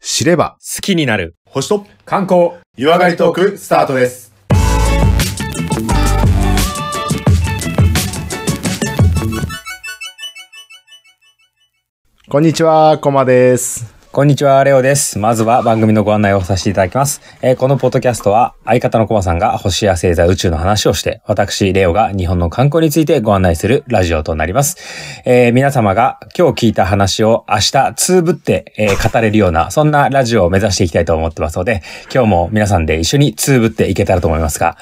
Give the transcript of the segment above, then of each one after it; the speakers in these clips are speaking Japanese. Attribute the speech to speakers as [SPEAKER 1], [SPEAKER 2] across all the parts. [SPEAKER 1] 知れば、
[SPEAKER 2] 好きになる。
[SPEAKER 1] 星と
[SPEAKER 2] 観光。
[SPEAKER 1] 湯上がりトークスタートです。こんにちは、コマです。
[SPEAKER 2] こんにちは、レオです。まずは番組のご案内をさせていただきます。えーこのポッドキャストは、相方のコマさんが星や星座宇宙の話をして、私、レオが日本の観光についてご案内するラジオとなります。えー皆様が今日聞いた話を明日、つぶって、えー語れるような、そんなラジオを目指していきたいと思ってますので、今日も皆さんで一緒につぶっていけたらと思いますが、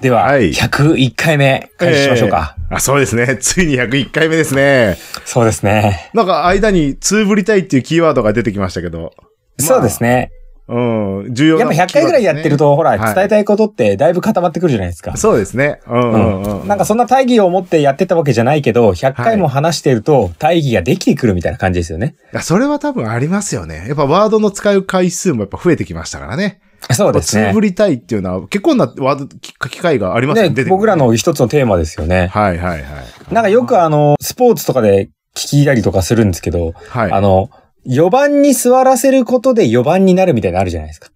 [SPEAKER 2] では、
[SPEAKER 1] はい
[SPEAKER 2] 101回目、開始しましょうか。
[SPEAKER 1] えーあ。そうですね。 ついに101回目ですね。
[SPEAKER 2] そうですね。
[SPEAKER 1] なんか間に、つぶりたいっていうキーワードが出てきましたけど。
[SPEAKER 2] そうですね。
[SPEAKER 1] うん、重要
[SPEAKER 2] や
[SPEAKER 1] な、
[SPEAKER 2] っぱ100回ぐらいやってる。と、ほら、
[SPEAKER 1] はい
[SPEAKER 2] 伝えたいことってだいぶ固まってくるじゃないですか。
[SPEAKER 1] そうですね。うんうんうん。
[SPEAKER 2] なんかそんな大義を持ってやってたわけじゃないけど、100回も話してると大義ができてくるみたいな感じですよね。
[SPEAKER 1] いや、それは多分ありますよね。やっぱワードの使う回数もやっぱ増えてきましたからね。
[SPEAKER 2] そう
[SPEAKER 1] やっぱ
[SPEAKER 2] ですね
[SPEAKER 1] つぶ。りたいっていうのは結構なワードき機会がありますね。
[SPEAKER 2] ね
[SPEAKER 1] 出てくる
[SPEAKER 2] 僕ら。の一つのテーマですよね。
[SPEAKER 1] はいはいはい。
[SPEAKER 2] なんかよくあの、スポーツとかで聞いたりとかするんですけど、
[SPEAKER 1] はい。
[SPEAKER 2] あの、4番に座らせることで4番になるみたいなのあるじゃないですか。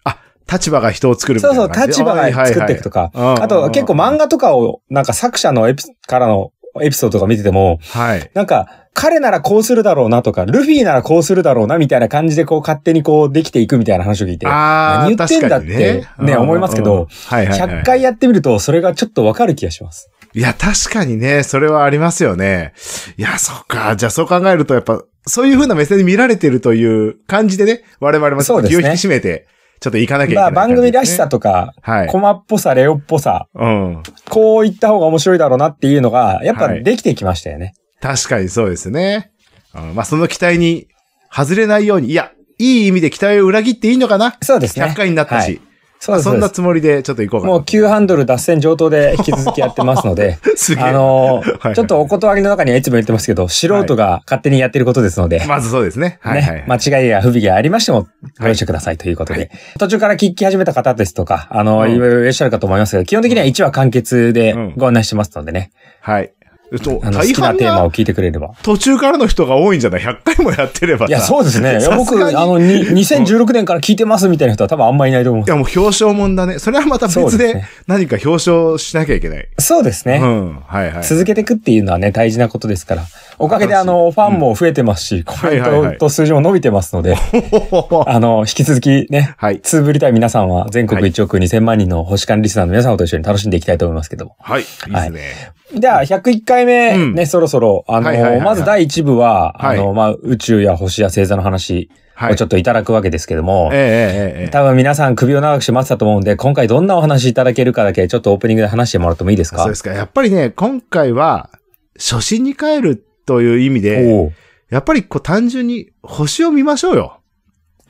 [SPEAKER 1] 立場が人を作るみた
[SPEAKER 2] そう
[SPEAKER 1] い
[SPEAKER 2] そ
[SPEAKER 1] な
[SPEAKER 2] う、
[SPEAKER 1] 感じ
[SPEAKER 2] 立場が作っていくと
[SPEAKER 1] か。はい
[SPEAKER 2] か。
[SPEAKER 1] はいはい
[SPEAKER 2] あと結構漫画とかを、なんか作者のエピからのエピソードとか見てても、
[SPEAKER 1] はい。
[SPEAKER 2] なんか、彼ならこうするだろうなとか、ルフィならこうするだろうなみたいな感じでこう勝手にこうできていくみたいな話を聞いて、
[SPEAKER 1] あ
[SPEAKER 2] 何
[SPEAKER 1] ー
[SPEAKER 2] 言ってんだってね
[SPEAKER 1] 確かにうん
[SPEAKER 2] 思いますけど
[SPEAKER 1] うんはいはい、はい。
[SPEAKER 2] 100回やってみるとそれがちょっとわかる気がします。
[SPEAKER 1] いや、確かにね、それはありますよね。いや、そっか。じゃあそう考えると、やっぱ、そういう風な目線で見られてるという感じでね、我々もちょっと気を引き締めて、ちょっと行かなきゃいけ
[SPEAKER 2] ま
[SPEAKER 1] な
[SPEAKER 2] あ
[SPEAKER 1] い感じ
[SPEAKER 2] 番
[SPEAKER 1] ですね、
[SPEAKER 2] 組らしさとか、
[SPEAKER 1] はい。
[SPEAKER 2] コマっぽさ、レオっぽさ、
[SPEAKER 1] うん。
[SPEAKER 2] こういった方が面白いだろうなっていうのが、やっぱ
[SPEAKER 1] はい
[SPEAKER 2] できてきましたよね。
[SPEAKER 1] 確かにそうですね。うんまあ、その期待に外れないように、いや、いい意味で期待を裏切っていいのかな
[SPEAKER 2] そうですね。
[SPEAKER 1] 100回になった
[SPEAKER 2] はい
[SPEAKER 1] し、
[SPEAKER 2] そうです。
[SPEAKER 1] そ
[SPEAKER 2] そ
[SPEAKER 1] ん
[SPEAKER 2] ん
[SPEAKER 1] な
[SPEAKER 2] な
[SPEAKER 1] つもりでちょっと行こうかな。
[SPEAKER 2] もう急ハンドル脱線上等で引き続きやってますの で、
[SPEAKER 1] すげえ
[SPEAKER 2] あの
[SPEAKER 1] はいはい
[SPEAKER 2] ちょっとお断りの中にはいつも言ってますけど、素人が勝手にやってることですので、
[SPEAKER 1] まずそうですね。はいはい、
[SPEAKER 2] ね、間違いや不備がありましても、ご容赦くださいということで。
[SPEAKER 1] は
[SPEAKER 2] 途中から聞き始めた方ですとか、あの、
[SPEAKER 1] うん
[SPEAKER 2] いろいろいらっしゃるかと思いますが、基本的には1話完結で
[SPEAKER 1] うん
[SPEAKER 2] ご案内してますのでね。
[SPEAKER 1] はい。えっと、
[SPEAKER 2] あの、好
[SPEAKER 1] 大
[SPEAKER 2] きな
[SPEAKER 1] 半
[SPEAKER 2] テーマ
[SPEAKER 1] が
[SPEAKER 2] を聞いてくれれば。
[SPEAKER 1] 途中からの人が多いんじゃない ?100 回もやってればさ
[SPEAKER 2] いや、そうですね。いや
[SPEAKER 1] さす
[SPEAKER 2] 僕、
[SPEAKER 1] が
[SPEAKER 2] あ
[SPEAKER 1] に
[SPEAKER 2] の、に2016年から聞いてますみたいな人は多分あんまいないと思いま
[SPEAKER 1] いや、もう表彰もんだね。それはまた
[SPEAKER 2] そうで
[SPEAKER 1] 別
[SPEAKER 2] す
[SPEAKER 1] で
[SPEAKER 2] ね
[SPEAKER 1] 何か表彰しなきゃいけない。
[SPEAKER 2] す。そうです
[SPEAKER 1] う
[SPEAKER 2] ね。
[SPEAKER 1] ん。はいはい。
[SPEAKER 2] 続けていくっていうのはね、大事なことですから。おかげ
[SPEAKER 1] 新
[SPEAKER 2] で、
[SPEAKER 1] しい
[SPEAKER 2] あの、ファンも増えてますし、コメン
[SPEAKER 1] はいはいはい
[SPEAKER 2] トと数字も伸びてますので、あの、引き続きね、
[SPEAKER 1] はい。
[SPEAKER 2] つぶりたい皆さんは全国
[SPEAKER 1] はい
[SPEAKER 2] 1億2000万人の星間リスナーの皆様と一緒に楽しんでいきたいと思いますけども。
[SPEAKER 1] はい。いいですね。
[SPEAKER 2] じゃあ、101回目
[SPEAKER 1] うん
[SPEAKER 2] ね、そろそろ、あの、
[SPEAKER 1] はいはいはいはい
[SPEAKER 2] まず第1部は、
[SPEAKER 1] はい
[SPEAKER 2] あの、まあ、宇宙や星や星座の話
[SPEAKER 1] は
[SPEAKER 2] を
[SPEAKER 1] い。
[SPEAKER 2] ちょっといただくわけですけども、
[SPEAKER 1] ええええええ。
[SPEAKER 2] 多分皆さん首を長くして待ってたと思うんで、今回どんなお話いただけるかだけ、ちょっとオープニングで話してもらってもいいですか
[SPEAKER 1] そうですか。やっぱりね、今回は、初心に帰るという意味で、
[SPEAKER 2] おう
[SPEAKER 1] やっぱりこう単純に星を見ましょうよ。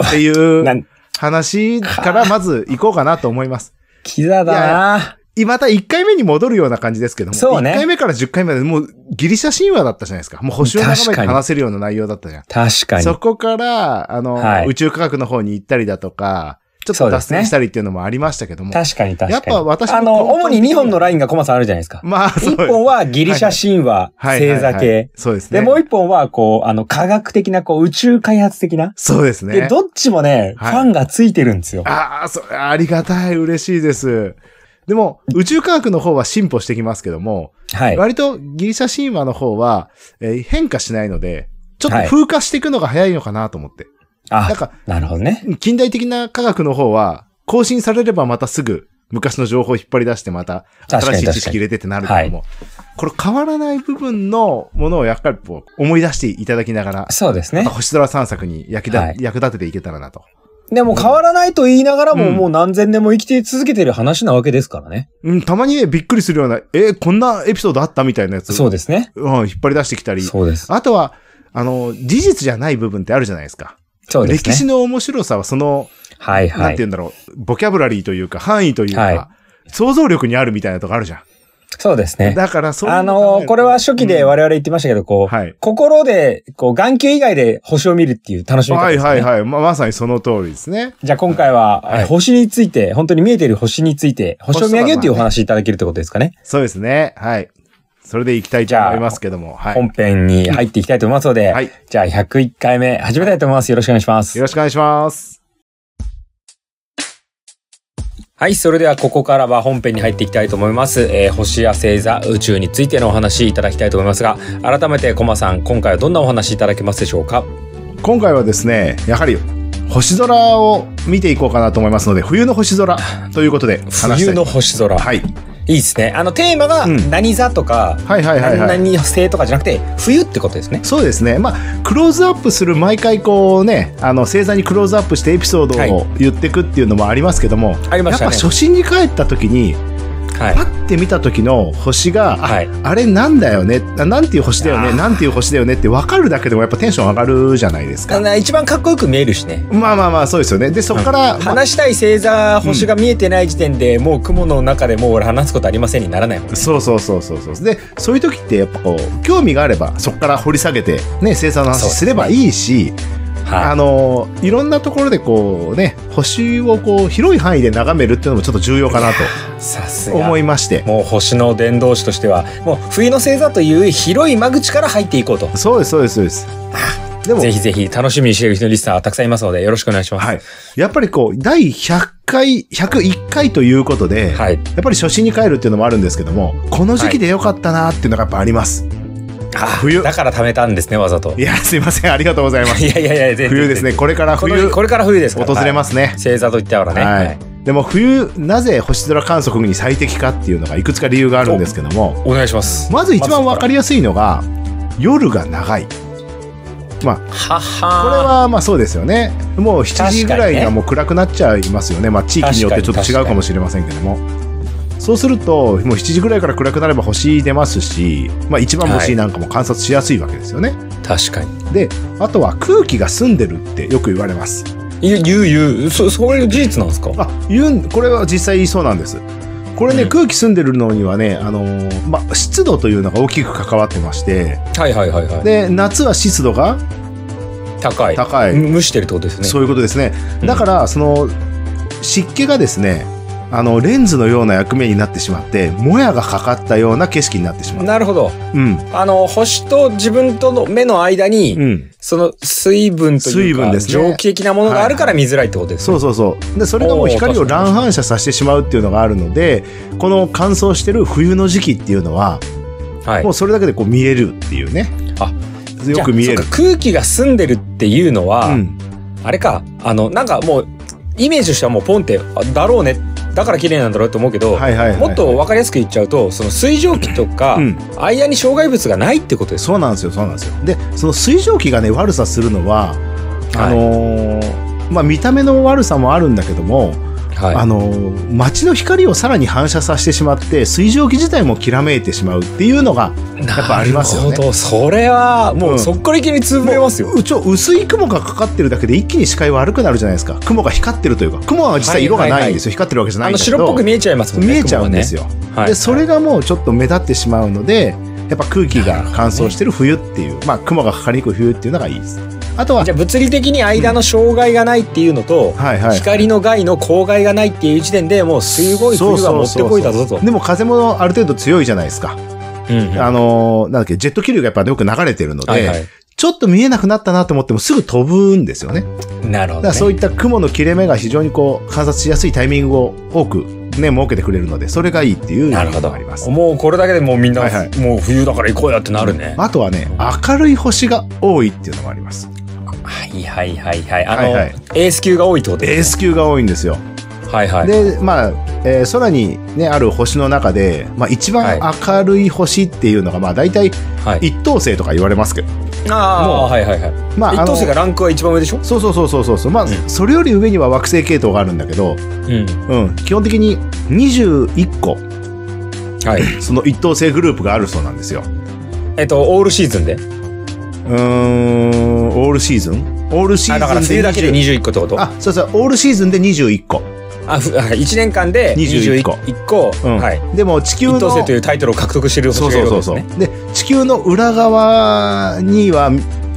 [SPEAKER 1] ってい
[SPEAKER 2] な
[SPEAKER 1] うん話からまず行こうかなと思います。
[SPEAKER 2] キザだな
[SPEAKER 1] また1回目に戻るような感じですけども、
[SPEAKER 2] そうね
[SPEAKER 1] 1回目から10回目までもうギリシャ神話だったじゃないですか。もう星を眺め
[SPEAKER 2] 確
[SPEAKER 1] て
[SPEAKER 2] かに
[SPEAKER 1] 話せるような内容だったじゃん。
[SPEAKER 2] 確かに。
[SPEAKER 1] そこから、あの、
[SPEAKER 2] はい
[SPEAKER 1] 宇宙科学の方に行ったりだとか、ちょっ
[SPEAKER 2] そ
[SPEAKER 1] と
[SPEAKER 2] うで
[SPEAKER 1] 脱
[SPEAKER 2] すね
[SPEAKER 1] 線したりっていうのもありましたけども。
[SPEAKER 2] 確かに確かに。
[SPEAKER 1] やっぱ私も
[SPEAKER 2] あの、主に2本のラインがコマさんあるじゃないですか。
[SPEAKER 1] まあ、そう
[SPEAKER 2] 1本はギリシャ神話、星座系。。
[SPEAKER 1] そうですね。
[SPEAKER 2] で、もう1本は、こう、あの、科学的な、こう、宇宙開発的な。
[SPEAKER 1] そうです
[SPEAKER 2] で、
[SPEAKER 1] ね。
[SPEAKER 2] どっちもね、フ
[SPEAKER 1] はい
[SPEAKER 2] ァンがついてるんですよ。
[SPEAKER 1] ああ、それ、ありがたい、嬉しいです。でも、宇宙科学の方は進歩してきますけども、
[SPEAKER 2] はい。
[SPEAKER 1] 割とギリシャ神話の方は、えー変化しないので、ちょっと
[SPEAKER 2] はい
[SPEAKER 1] 風化していくのが早いのかなと思って。なん
[SPEAKER 2] あ、
[SPEAKER 1] か、
[SPEAKER 2] なるほどね。
[SPEAKER 1] 近代的な科学の方は、更新されればまたすぐ、昔の情報を引っ張り出してまた、
[SPEAKER 2] 確
[SPEAKER 1] 新
[SPEAKER 2] かに
[SPEAKER 1] しい知識入れてってなるけども、これ変わらない部分のものをやっぱりこう思い出していただきながら、
[SPEAKER 2] そうですね。
[SPEAKER 1] 星空散策に役立、
[SPEAKER 2] はい
[SPEAKER 1] 役立てていけたらなと。
[SPEAKER 2] でも変わらないと言いながらも、
[SPEAKER 1] うん
[SPEAKER 2] もう何千年も生きて続けてる話なわけですからね。
[SPEAKER 1] うん、たまにね、びっくりするような、えーこんなエピソードあったみたいなやつ。
[SPEAKER 2] そうですね。
[SPEAKER 1] うん、引っ張り出してきたり。
[SPEAKER 2] そうです。
[SPEAKER 1] あとは、あの、事実じゃない部分ってあるじゃないですか。
[SPEAKER 2] そうです
[SPEAKER 1] 歴史
[SPEAKER 2] ね。
[SPEAKER 1] の面白さはその、
[SPEAKER 2] はい
[SPEAKER 1] なん
[SPEAKER 2] は
[SPEAKER 1] て言
[SPEAKER 2] い。
[SPEAKER 1] うんだろう、ボキャブラリーというか、範囲というか、
[SPEAKER 2] はい
[SPEAKER 1] 想像力にあるみたいなとこあるじゃん。
[SPEAKER 2] そうですね。
[SPEAKER 1] だから、そういう
[SPEAKER 2] あ
[SPEAKER 1] 考え
[SPEAKER 2] の
[SPEAKER 1] ると
[SPEAKER 2] これは初期で
[SPEAKER 1] うん
[SPEAKER 2] 我々言ってましたけど、こう、
[SPEAKER 1] はい
[SPEAKER 2] 心で、こう、眼球以外で星を見るっていう楽しみ方
[SPEAKER 1] は
[SPEAKER 2] で
[SPEAKER 1] い
[SPEAKER 2] すね。
[SPEAKER 1] はいはい。ま、まさにその通りですね。
[SPEAKER 2] じゃあ今回は、
[SPEAKER 1] はい
[SPEAKER 2] 星について、本当に見えている星について、星を見上げるっていうお話いただけるってことですかね。
[SPEAKER 1] そうですね。はい。それでいきたいと思いますけども。はい。
[SPEAKER 2] 本編に入っていきたいと思いますので、
[SPEAKER 1] はい
[SPEAKER 2] じゃあ101回目始めたいと思います。よろしくお願いします
[SPEAKER 1] よ。ろしくお願いします。
[SPEAKER 2] はい、それではここからは本編に入っていきたいと思います。えー星や星座、宇宙についてのお話いただきたいと思いますが、改めてコマさん、今回はどんなお話いただけますでしょうか
[SPEAKER 1] 今回はですね、やはり星空を見ていこうかなと思いますので、冬の星空ということで話したい。
[SPEAKER 2] 冬の星空。、
[SPEAKER 1] はいい。
[SPEAKER 2] いですね。あの、テーマが
[SPEAKER 1] うん
[SPEAKER 2] 何座とか、
[SPEAKER 1] はいはいはいはい。
[SPEAKER 2] 何々星とかじゃなくて、冬ってことですね。
[SPEAKER 1] そうですね。まあ、クローズアップする、毎回こうね、あの、星座にクローズアップしてエピソー
[SPEAKER 2] はい
[SPEAKER 1] ドを言っていくっていうのもありますけども、
[SPEAKER 2] ありま
[SPEAKER 1] や
[SPEAKER 2] し
[SPEAKER 1] ったぱ
[SPEAKER 2] ね。
[SPEAKER 1] 初心に帰った時に、
[SPEAKER 2] はい
[SPEAKER 1] パ。ッて見た時の星が、あ
[SPEAKER 2] はい
[SPEAKER 1] あれなんだよね、あなんていう星だよ
[SPEAKER 2] あ
[SPEAKER 1] ね、
[SPEAKER 2] ー
[SPEAKER 1] なんていう星だよねって分かるだけでもやっぱテンション上がるじゃないです
[SPEAKER 2] あ
[SPEAKER 1] か。
[SPEAKER 2] の一番かっこよく見えるしね。
[SPEAKER 1] まあまあまあ、そうですよね。で、そこから、まあ
[SPEAKER 2] 話したい星座、星が見えてない時点で、もう雲の中でもう俺話すことありませんにならないもんね。
[SPEAKER 1] そうそうそうそうそうでそういう時ってやっぱこう興味があればそこから掘り下げてね生産の
[SPEAKER 2] そ
[SPEAKER 1] 話
[SPEAKER 2] うですね
[SPEAKER 1] すればいいし、
[SPEAKER 2] は
[SPEAKER 1] あのいろんなところでこうね星をこう広い範囲で眺めるっていうのもちょっと重要かなと
[SPEAKER 2] い。さすが。
[SPEAKER 1] 思いまして
[SPEAKER 2] もう星の伝道師としては、もう冬の星座という広い間口から入っていこうと。
[SPEAKER 1] そうですそうですそうですでも
[SPEAKER 2] ぜひぜひ楽しみにしている人のリスナーはたくさんいますので、よろしくお願いします。
[SPEAKER 1] はいやっぱりこう第100回101回ということで、
[SPEAKER 2] はい。
[SPEAKER 1] やっぱり初心に帰るっていうのもあるんですけどもこの時期でよかったなっていうのがやっぱあります、
[SPEAKER 2] あ
[SPEAKER 1] 冬
[SPEAKER 2] だから貯めたんですね、わざと。
[SPEAKER 1] い、やすいませんありがとうございます
[SPEAKER 2] いやいやいや、全然
[SPEAKER 1] 冬です。ねこれから
[SPEAKER 2] この
[SPEAKER 1] 冬
[SPEAKER 2] これから冬ですから。。
[SPEAKER 1] 訪れますすね、
[SPEAKER 2] 星座といったらね。
[SPEAKER 1] はい。でも冬なぜ星空観測に最適かっていうのがいくつか理由があるんですけども
[SPEAKER 2] お願いします。
[SPEAKER 1] まず一番わかりやすいのが夜が長いまあこ
[SPEAKER 2] は
[SPEAKER 1] れ
[SPEAKER 2] は
[SPEAKER 1] はまあそうですよねもう7時ぐらいにはもう暗くなっちゃいますよねまあ地域によってちょっと違うかもしれませんけどもそうするともう7時ぐらいから暗くなれば星出ますし、まあ、一番星なんかも観察しやすいわけですよね、
[SPEAKER 2] 確かに。
[SPEAKER 1] であとは空気が澄んでるってよく言われます
[SPEAKER 2] ゆゆゆうそそれ事実なんですか
[SPEAKER 1] あ言うんこれは実際そうなんですこれね、
[SPEAKER 2] うん
[SPEAKER 1] 空気澄んでるのにはね、あのーまあ、湿度というのが大きく関わってまして
[SPEAKER 2] はいはいはいはい
[SPEAKER 1] で夏は湿度が
[SPEAKER 2] 高い
[SPEAKER 1] 高い、
[SPEAKER 2] 蒸してるってことですね
[SPEAKER 1] そういうことですね
[SPEAKER 2] うん
[SPEAKER 1] だから、その湿気がですねあのレンズのような役目になってしまってもやがかかったような景色になってしまう、
[SPEAKER 2] なるほど
[SPEAKER 1] うん
[SPEAKER 2] あの星と自分との目の間に、
[SPEAKER 1] うん、
[SPEAKER 2] その水分とい
[SPEAKER 1] 水
[SPEAKER 2] うか、
[SPEAKER 1] 分ですね
[SPEAKER 2] 蒸気的なものがあるから見づらいってことですね、
[SPEAKER 1] そうそうそうでそれがもう光を乱反射させてしまうっていうのがあるのでこの乾燥してる冬の時期っていうのは
[SPEAKER 2] はい
[SPEAKER 1] もうそれだけでこう見えるっていうね
[SPEAKER 2] あ
[SPEAKER 1] よく見え
[SPEAKER 2] じゃ
[SPEAKER 1] る
[SPEAKER 2] あそっか空気が澄んでるっていうのは、
[SPEAKER 1] うん、
[SPEAKER 2] あれかあのなんかもうイメージとしてはもうポンってあだろうねだから綺麗なんだろうと思うけど、
[SPEAKER 1] はいはいはいはい
[SPEAKER 2] もっと分かりやすく言っちゃうとその水蒸気とか、
[SPEAKER 1] うん
[SPEAKER 2] 間に障害物がないってことです
[SPEAKER 1] そうなんですよそうなんですよでその水蒸気がね悪さするのはあのーまあ見た目の悪さもあるんだけども、
[SPEAKER 2] はい
[SPEAKER 1] あのー街の光をさらに反射させてしまって水蒸気自体もきらめいてしまうっていうのがやっぱありますよね
[SPEAKER 2] なるほどそれはも
[SPEAKER 1] う
[SPEAKER 2] うんそっから一気に潰れますよ、
[SPEAKER 1] うちょ薄い雲がかかってるだけで一気に視界悪くなるじゃないですか雲が光ってるというか雲は実際色がないんですよ、光ってるわけじゃな
[SPEAKER 2] あ
[SPEAKER 1] いん
[SPEAKER 2] の
[SPEAKER 1] だけ
[SPEAKER 2] 白っぽ
[SPEAKER 1] ど
[SPEAKER 2] く見えちゃいますもんね
[SPEAKER 1] 見えちゃうんです
[SPEAKER 2] よ、
[SPEAKER 1] よ、
[SPEAKER 2] 雲はねはい、
[SPEAKER 1] でそれがもうちょっと目立ってしまうのでやっぱ空気が乾燥してる冬っていう、まあ雲がかかりにくい冬っていうのがいいですあとは
[SPEAKER 2] じゃあ物理的に間の障害がないっていうのと、
[SPEAKER 1] はいはい
[SPEAKER 2] 光の害の公害がないっていう時点でもうすごい冬が持ってこいだぞと。
[SPEAKER 1] でも風もある程度強いじゃないですか。
[SPEAKER 2] うん
[SPEAKER 1] あのーなんだっけ、ジェット気流がやっぱよく流れてるので、
[SPEAKER 2] はいはい
[SPEAKER 1] ちょっと見えなくなったなと思ってもすぐ飛ぶんですよね。
[SPEAKER 2] なる
[SPEAKER 1] だか
[SPEAKER 2] ほど、ね。
[SPEAKER 1] らそういった雲の切れ目が非常にこう、観察しやすいタイミングを多くね、設けてくれるので、それがいいっていう
[SPEAKER 2] な
[SPEAKER 1] の
[SPEAKER 2] るほ
[SPEAKER 1] が
[SPEAKER 2] ど
[SPEAKER 1] あります。
[SPEAKER 2] もうこれだけでもうみんな、
[SPEAKER 1] はいはい
[SPEAKER 2] もう冬だから行こうやってなるね。
[SPEAKER 1] あとはね、明るい星が多いっていうのもあります。
[SPEAKER 2] はいはいはいはい。あの、
[SPEAKER 1] はいはい
[SPEAKER 2] エース級が多いってこと
[SPEAKER 1] エ
[SPEAKER 2] で
[SPEAKER 1] ー
[SPEAKER 2] す
[SPEAKER 1] ス級が多いんですよ。
[SPEAKER 2] ね。はいはい。
[SPEAKER 1] で、まあ、えー空にね、ある星の中で、まあ一番明るい星っていうのが、まあ大体
[SPEAKER 2] はい、
[SPEAKER 1] 一等星とか言われますけど、
[SPEAKER 2] あ
[SPEAKER 1] も
[SPEAKER 2] あ、
[SPEAKER 1] う
[SPEAKER 2] はいはいはい。
[SPEAKER 1] まああ
[SPEAKER 2] 一
[SPEAKER 1] の
[SPEAKER 2] 等星がランクは一番上でしょ
[SPEAKER 1] そうそうそうそうそうそうまあ、
[SPEAKER 2] うん
[SPEAKER 1] それより上には惑星系統があるんだけど、
[SPEAKER 2] うん。
[SPEAKER 1] うん、基本的に21個
[SPEAKER 2] はい。
[SPEAKER 1] その一等星グループがあるそうなんですよ
[SPEAKER 2] えっと、オールシーズンで。
[SPEAKER 1] うーんオールシーズンオールシーズン
[SPEAKER 2] あ、だから梅雨だけで
[SPEAKER 1] 20
[SPEAKER 2] 21個ってこと。
[SPEAKER 1] あそうそうオールシーズンで21個
[SPEAKER 2] あ、ふあ1年間で
[SPEAKER 1] 21個
[SPEAKER 2] 21個。
[SPEAKER 1] うん
[SPEAKER 2] はい。
[SPEAKER 1] でも地球
[SPEAKER 2] 一
[SPEAKER 1] の
[SPEAKER 2] 等星というタイトルを獲得している星
[SPEAKER 1] そう
[SPEAKER 2] がい
[SPEAKER 1] そ
[SPEAKER 2] る
[SPEAKER 1] う
[SPEAKER 2] わけ
[SPEAKER 1] そ
[SPEAKER 2] で
[SPEAKER 1] う
[SPEAKER 2] す
[SPEAKER 1] そう
[SPEAKER 2] ね。
[SPEAKER 1] で地球の裏側には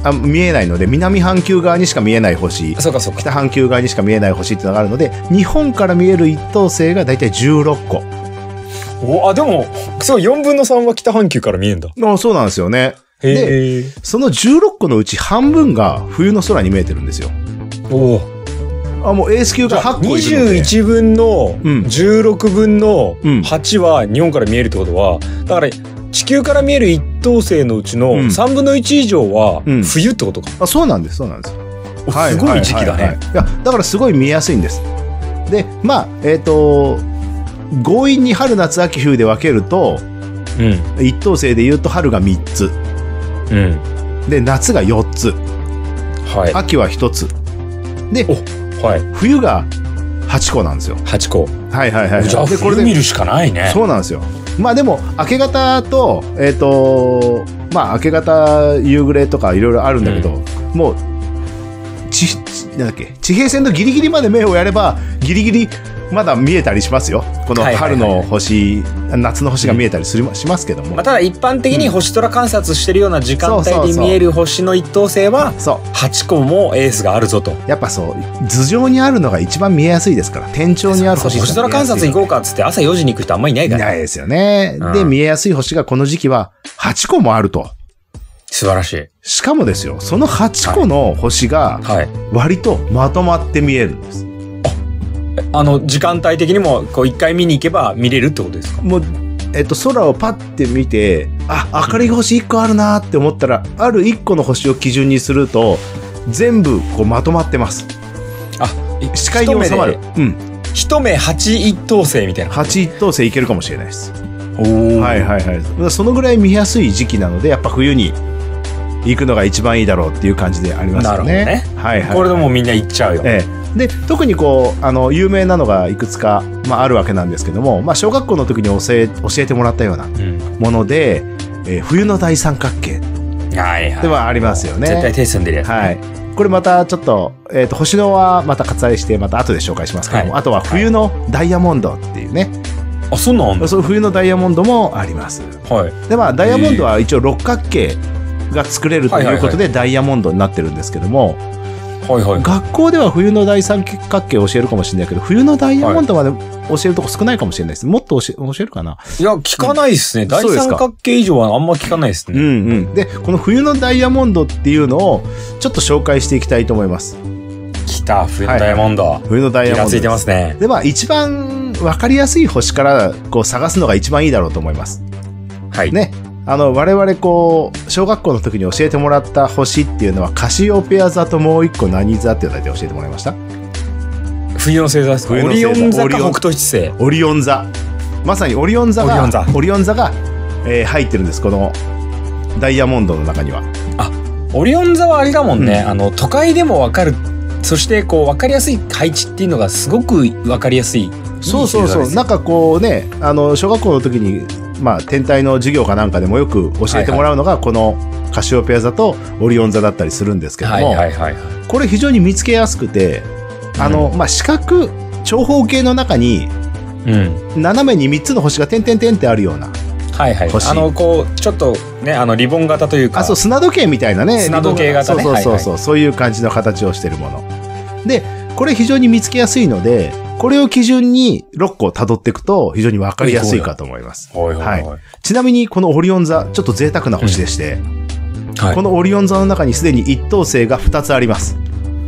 [SPEAKER 1] あ見えないので南半球側にしか見えない星
[SPEAKER 2] そうかそうか。
[SPEAKER 1] 北半球側にしか見えない星っていうのがあるので日本から見える一等星が大体16個
[SPEAKER 2] おあ、でも、そう、4分の3は北半球から見えるんだ。
[SPEAKER 1] あそうなんですよね
[SPEAKER 2] へえ。
[SPEAKER 1] その16個のうち半分が冬の空に見えてるんですよ。
[SPEAKER 2] おお。
[SPEAKER 1] あ、もうエース級が8個いるので。
[SPEAKER 2] 21分の
[SPEAKER 1] うん
[SPEAKER 2] 16分の
[SPEAKER 1] うん
[SPEAKER 2] 8は日本から見えるってことは、だから地球から見える一等星のうちの
[SPEAKER 1] うん
[SPEAKER 2] 3分の1以上は
[SPEAKER 1] うん
[SPEAKER 2] 冬ってことか。
[SPEAKER 1] あ、そうなんです、そうなんです。
[SPEAKER 2] おすごい時期
[SPEAKER 1] は
[SPEAKER 2] だ
[SPEAKER 1] は
[SPEAKER 2] ね。
[SPEAKER 1] はいはいいや、だからすごい見やすいんです。で、まあ、えっ、と、強引に春、夏、秋、冬で分けると、
[SPEAKER 2] うん。
[SPEAKER 1] 一等星で言うと春が3つ。
[SPEAKER 2] うん。
[SPEAKER 1] で、夏が4つ。
[SPEAKER 2] はい。
[SPEAKER 1] 秋は1つ。で、
[SPEAKER 2] はい。
[SPEAKER 1] 冬が8個なんですよ。
[SPEAKER 2] 8個。
[SPEAKER 1] はいはいはい。
[SPEAKER 2] じゃあ
[SPEAKER 1] で、これ
[SPEAKER 2] 冬
[SPEAKER 1] で
[SPEAKER 2] 見るしかないね。
[SPEAKER 1] そうなんですよ。まあでも、明け方と、えっ、と、まあ明け方、夕暮れとかいろいろあるんだけど、もう、ち、なんだっけ、地平線のギリギリまで目をやれば、ギリギリまだ見えたりしますよ。この
[SPEAKER 2] はいはいは
[SPEAKER 1] 春
[SPEAKER 2] い
[SPEAKER 1] の星、夏の星が見えたりする、しますけども
[SPEAKER 2] まあ、。ただ一般的に星空観察してるような時間帯で見える星の一等星は
[SPEAKER 1] そ
[SPEAKER 2] 8個もエースがあるぞと。
[SPEAKER 1] う。やっぱそう、頭上にあるのが一番見えやすいですから、天頂にある
[SPEAKER 2] そう
[SPEAKER 1] 星
[SPEAKER 2] 星空観察行こうかっつって朝4時に行く人あんまいない
[SPEAKER 1] い
[SPEAKER 2] から。
[SPEAKER 1] ないですよね。
[SPEAKER 2] うん
[SPEAKER 1] で、見えやすい星がこの時期は8個もあると。
[SPEAKER 2] 素晴らしい。
[SPEAKER 1] しかもですよ、その8個の星が、
[SPEAKER 2] はい。
[SPEAKER 1] 割とまとまって見えるんです。
[SPEAKER 2] あの、時間帯的にも、こう、一回見に行けば見れるってことですか
[SPEAKER 1] もうえっと、空をパッて見てあ明かりが星1個あるなーって思ったらある1個の星を基準にすると全部こうまとまってます視界に収まる。うん
[SPEAKER 2] 一目で一目八一等星みたいな。
[SPEAKER 1] 8一等星いけるかもしれないです
[SPEAKER 2] おー
[SPEAKER 1] はいはいはいだからそのぐらい見やすい時期なのでやっぱ冬に行くのが一番いいだろうっていう感じでありますよね
[SPEAKER 2] なるほ
[SPEAKER 1] はいはい
[SPEAKER 2] これでもうみんな行っちゃうよ。
[SPEAKER 1] ええ、で特にこうあの有名なのがいくつか、まあ、あるわけなんですけども、まあ、小学校の時に教え教えてもらったような
[SPEAKER 2] うん。
[SPEAKER 1] もので、えー冬の大三角形
[SPEAKER 2] はいはい。
[SPEAKER 1] ではありますよね。
[SPEAKER 2] 絶対手進んでるやつ。
[SPEAKER 1] はい。これまたちょっと、えっ、と、星野はまた割愛して、また後で紹介しますけども、
[SPEAKER 2] はい
[SPEAKER 1] あとは冬のダイヤモンドっていうね、
[SPEAKER 2] あ、そんなんあんだ
[SPEAKER 1] そう冬のダイヤモンドもあります。
[SPEAKER 2] はい。
[SPEAKER 1] で、まあ、ダイヤモンドは一応六角形が作れるということで、ダイヤモンドになってるんですけども、
[SPEAKER 2] はいはい。
[SPEAKER 1] 学校では冬の大三角形を教えるかもしれないけど、冬のダイヤモンドまで教えるとこ少ないかもしれないです。もっと教え教えるかない
[SPEAKER 2] や、聞かないですね。
[SPEAKER 1] ん
[SPEAKER 2] 大
[SPEAKER 1] そうです
[SPEAKER 2] 三
[SPEAKER 1] か
[SPEAKER 2] 角形以上はあんま聞かないです
[SPEAKER 1] う
[SPEAKER 2] ね。
[SPEAKER 1] んうん。で、この冬のダイヤモンドっていうのを、ちょっと紹介していきたいと思います。
[SPEAKER 2] 来た、冬のダイヤモンド。
[SPEAKER 1] 冬のダイ
[SPEAKER 2] 気
[SPEAKER 1] ヤモン
[SPEAKER 2] が
[SPEAKER 1] ド。
[SPEAKER 2] ついてますね。
[SPEAKER 1] で、まあ、一番分かりやすい星からこう探すのが一番いいだろうと思います。
[SPEAKER 2] はい。
[SPEAKER 1] ね。あの、我々こう、小学校の時に教えてもらった星っていうのは、カシオペア座ともう一個何座って大体教えてもらいました
[SPEAKER 2] 冬の星座ですか。
[SPEAKER 1] 冬
[SPEAKER 2] オ
[SPEAKER 1] の星
[SPEAKER 2] リ
[SPEAKER 1] 座
[SPEAKER 2] オン座
[SPEAKER 1] オリ
[SPEAKER 2] か
[SPEAKER 1] オン
[SPEAKER 2] 北斗七星。
[SPEAKER 1] オリオン座。まさにオリオン座が、
[SPEAKER 2] オリオン座
[SPEAKER 1] オン座が、えー入ってるんです。この、ダイヤモンドの中には。
[SPEAKER 2] オリオン座はあれだもんね、
[SPEAKER 1] うん
[SPEAKER 2] あの都会でもわかるそしてこうわかりやすい配置っていうのがすごくわかりやすい
[SPEAKER 1] そうそうそう。なんかこうね、あの、小学校の時に、まあ、天体の授業かなんかでもよく教えてもらうのが、このカシオペア座とオリオン座だったりするんですけども、
[SPEAKER 2] はいはいはいはい
[SPEAKER 1] これ非常に見つけやすくて、あの、まあ、四角、長方形の中に、
[SPEAKER 2] うん
[SPEAKER 1] 斜めに3つの星が点々点ってあるような。
[SPEAKER 2] はいはい
[SPEAKER 1] 欲しい
[SPEAKER 2] あのこうちょっとねあのリボン型というか
[SPEAKER 1] あ、そう、砂時計みたいなね。
[SPEAKER 2] 砂時計型ね
[SPEAKER 1] そうそうそうそう、そういう感じの形をしてるもの。で、これ非常に見つけやすいので、これを基準に6個辿っていくと非常にわかりやすいかと思います。
[SPEAKER 2] はいはいはい、
[SPEAKER 1] ちなみにこのオリオン座、ちょっと贅沢な星でして、
[SPEAKER 2] はい
[SPEAKER 1] このオリオン座の中にすでに一等星が2つあります。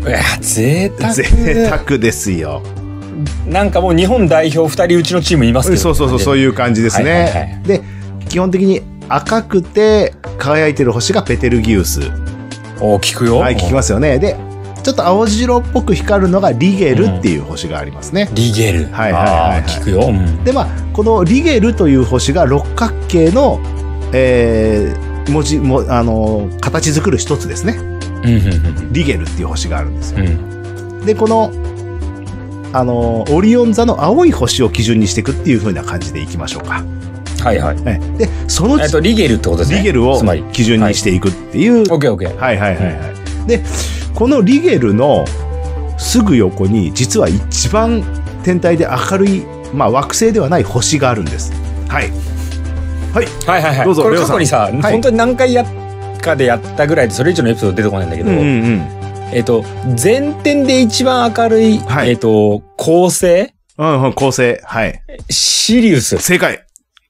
[SPEAKER 2] いや贅沢
[SPEAKER 1] 贅沢ですよ。
[SPEAKER 2] なんかもう日本代表二人うちのチームいますけど
[SPEAKER 1] そうそうそう、そう
[SPEAKER 2] う
[SPEAKER 1] いう感じですね。
[SPEAKER 2] はいはいはい
[SPEAKER 1] で、基本的に赤くて輝いてる星がペテルギウス。
[SPEAKER 2] お聞くよ、
[SPEAKER 1] はい、聞きますよね。で、ちょっと青白っぽく光るのがリゲルっていう星がありますね。
[SPEAKER 2] リゲル
[SPEAKER 1] はいはいはいはい
[SPEAKER 2] あー聞くよ、うん
[SPEAKER 1] で、まあ、このリゲルという星が六角形の、えー文字もあの形作る一つですね
[SPEAKER 2] うん
[SPEAKER 1] リゲルっていう星があるんですよ
[SPEAKER 2] うんうんうん
[SPEAKER 1] でこのあのオリオン座の青い星を基準にしていくっていう風な感じでいきましょうか、
[SPEAKER 2] はいはい
[SPEAKER 1] ええでその
[SPEAKER 2] えっとリゲルってことですね
[SPEAKER 1] リゲルを
[SPEAKER 2] つまり
[SPEAKER 1] 基準にしていくっていう、
[SPEAKER 2] オッケーオッケー
[SPEAKER 1] はいはいはいはい。で、このリゲルのすぐ横に、実は一番天体で明るい、まあ惑星ではない星があるんです。はい。
[SPEAKER 2] はいはいはい。
[SPEAKER 1] どうぞ
[SPEAKER 2] これ
[SPEAKER 1] レオさん
[SPEAKER 2] 過去にさ、
[SPEAKER 1] い
[SPEAKER 2] 本当に何回やっかでやったぐらいで、それ以上のエピソード出てこないんだけど、
[SPEAKER 1] うん。
[SPEAKER 2] えっと、前点で一番明るい、
[SPEAKER 1] はい
[SPEAKER 2] えっと、恒星
[SPEAKER 1] うんうん、構成。はい。
[SPEAKER 2] シリウス。
[SPEAKER 1] 正解。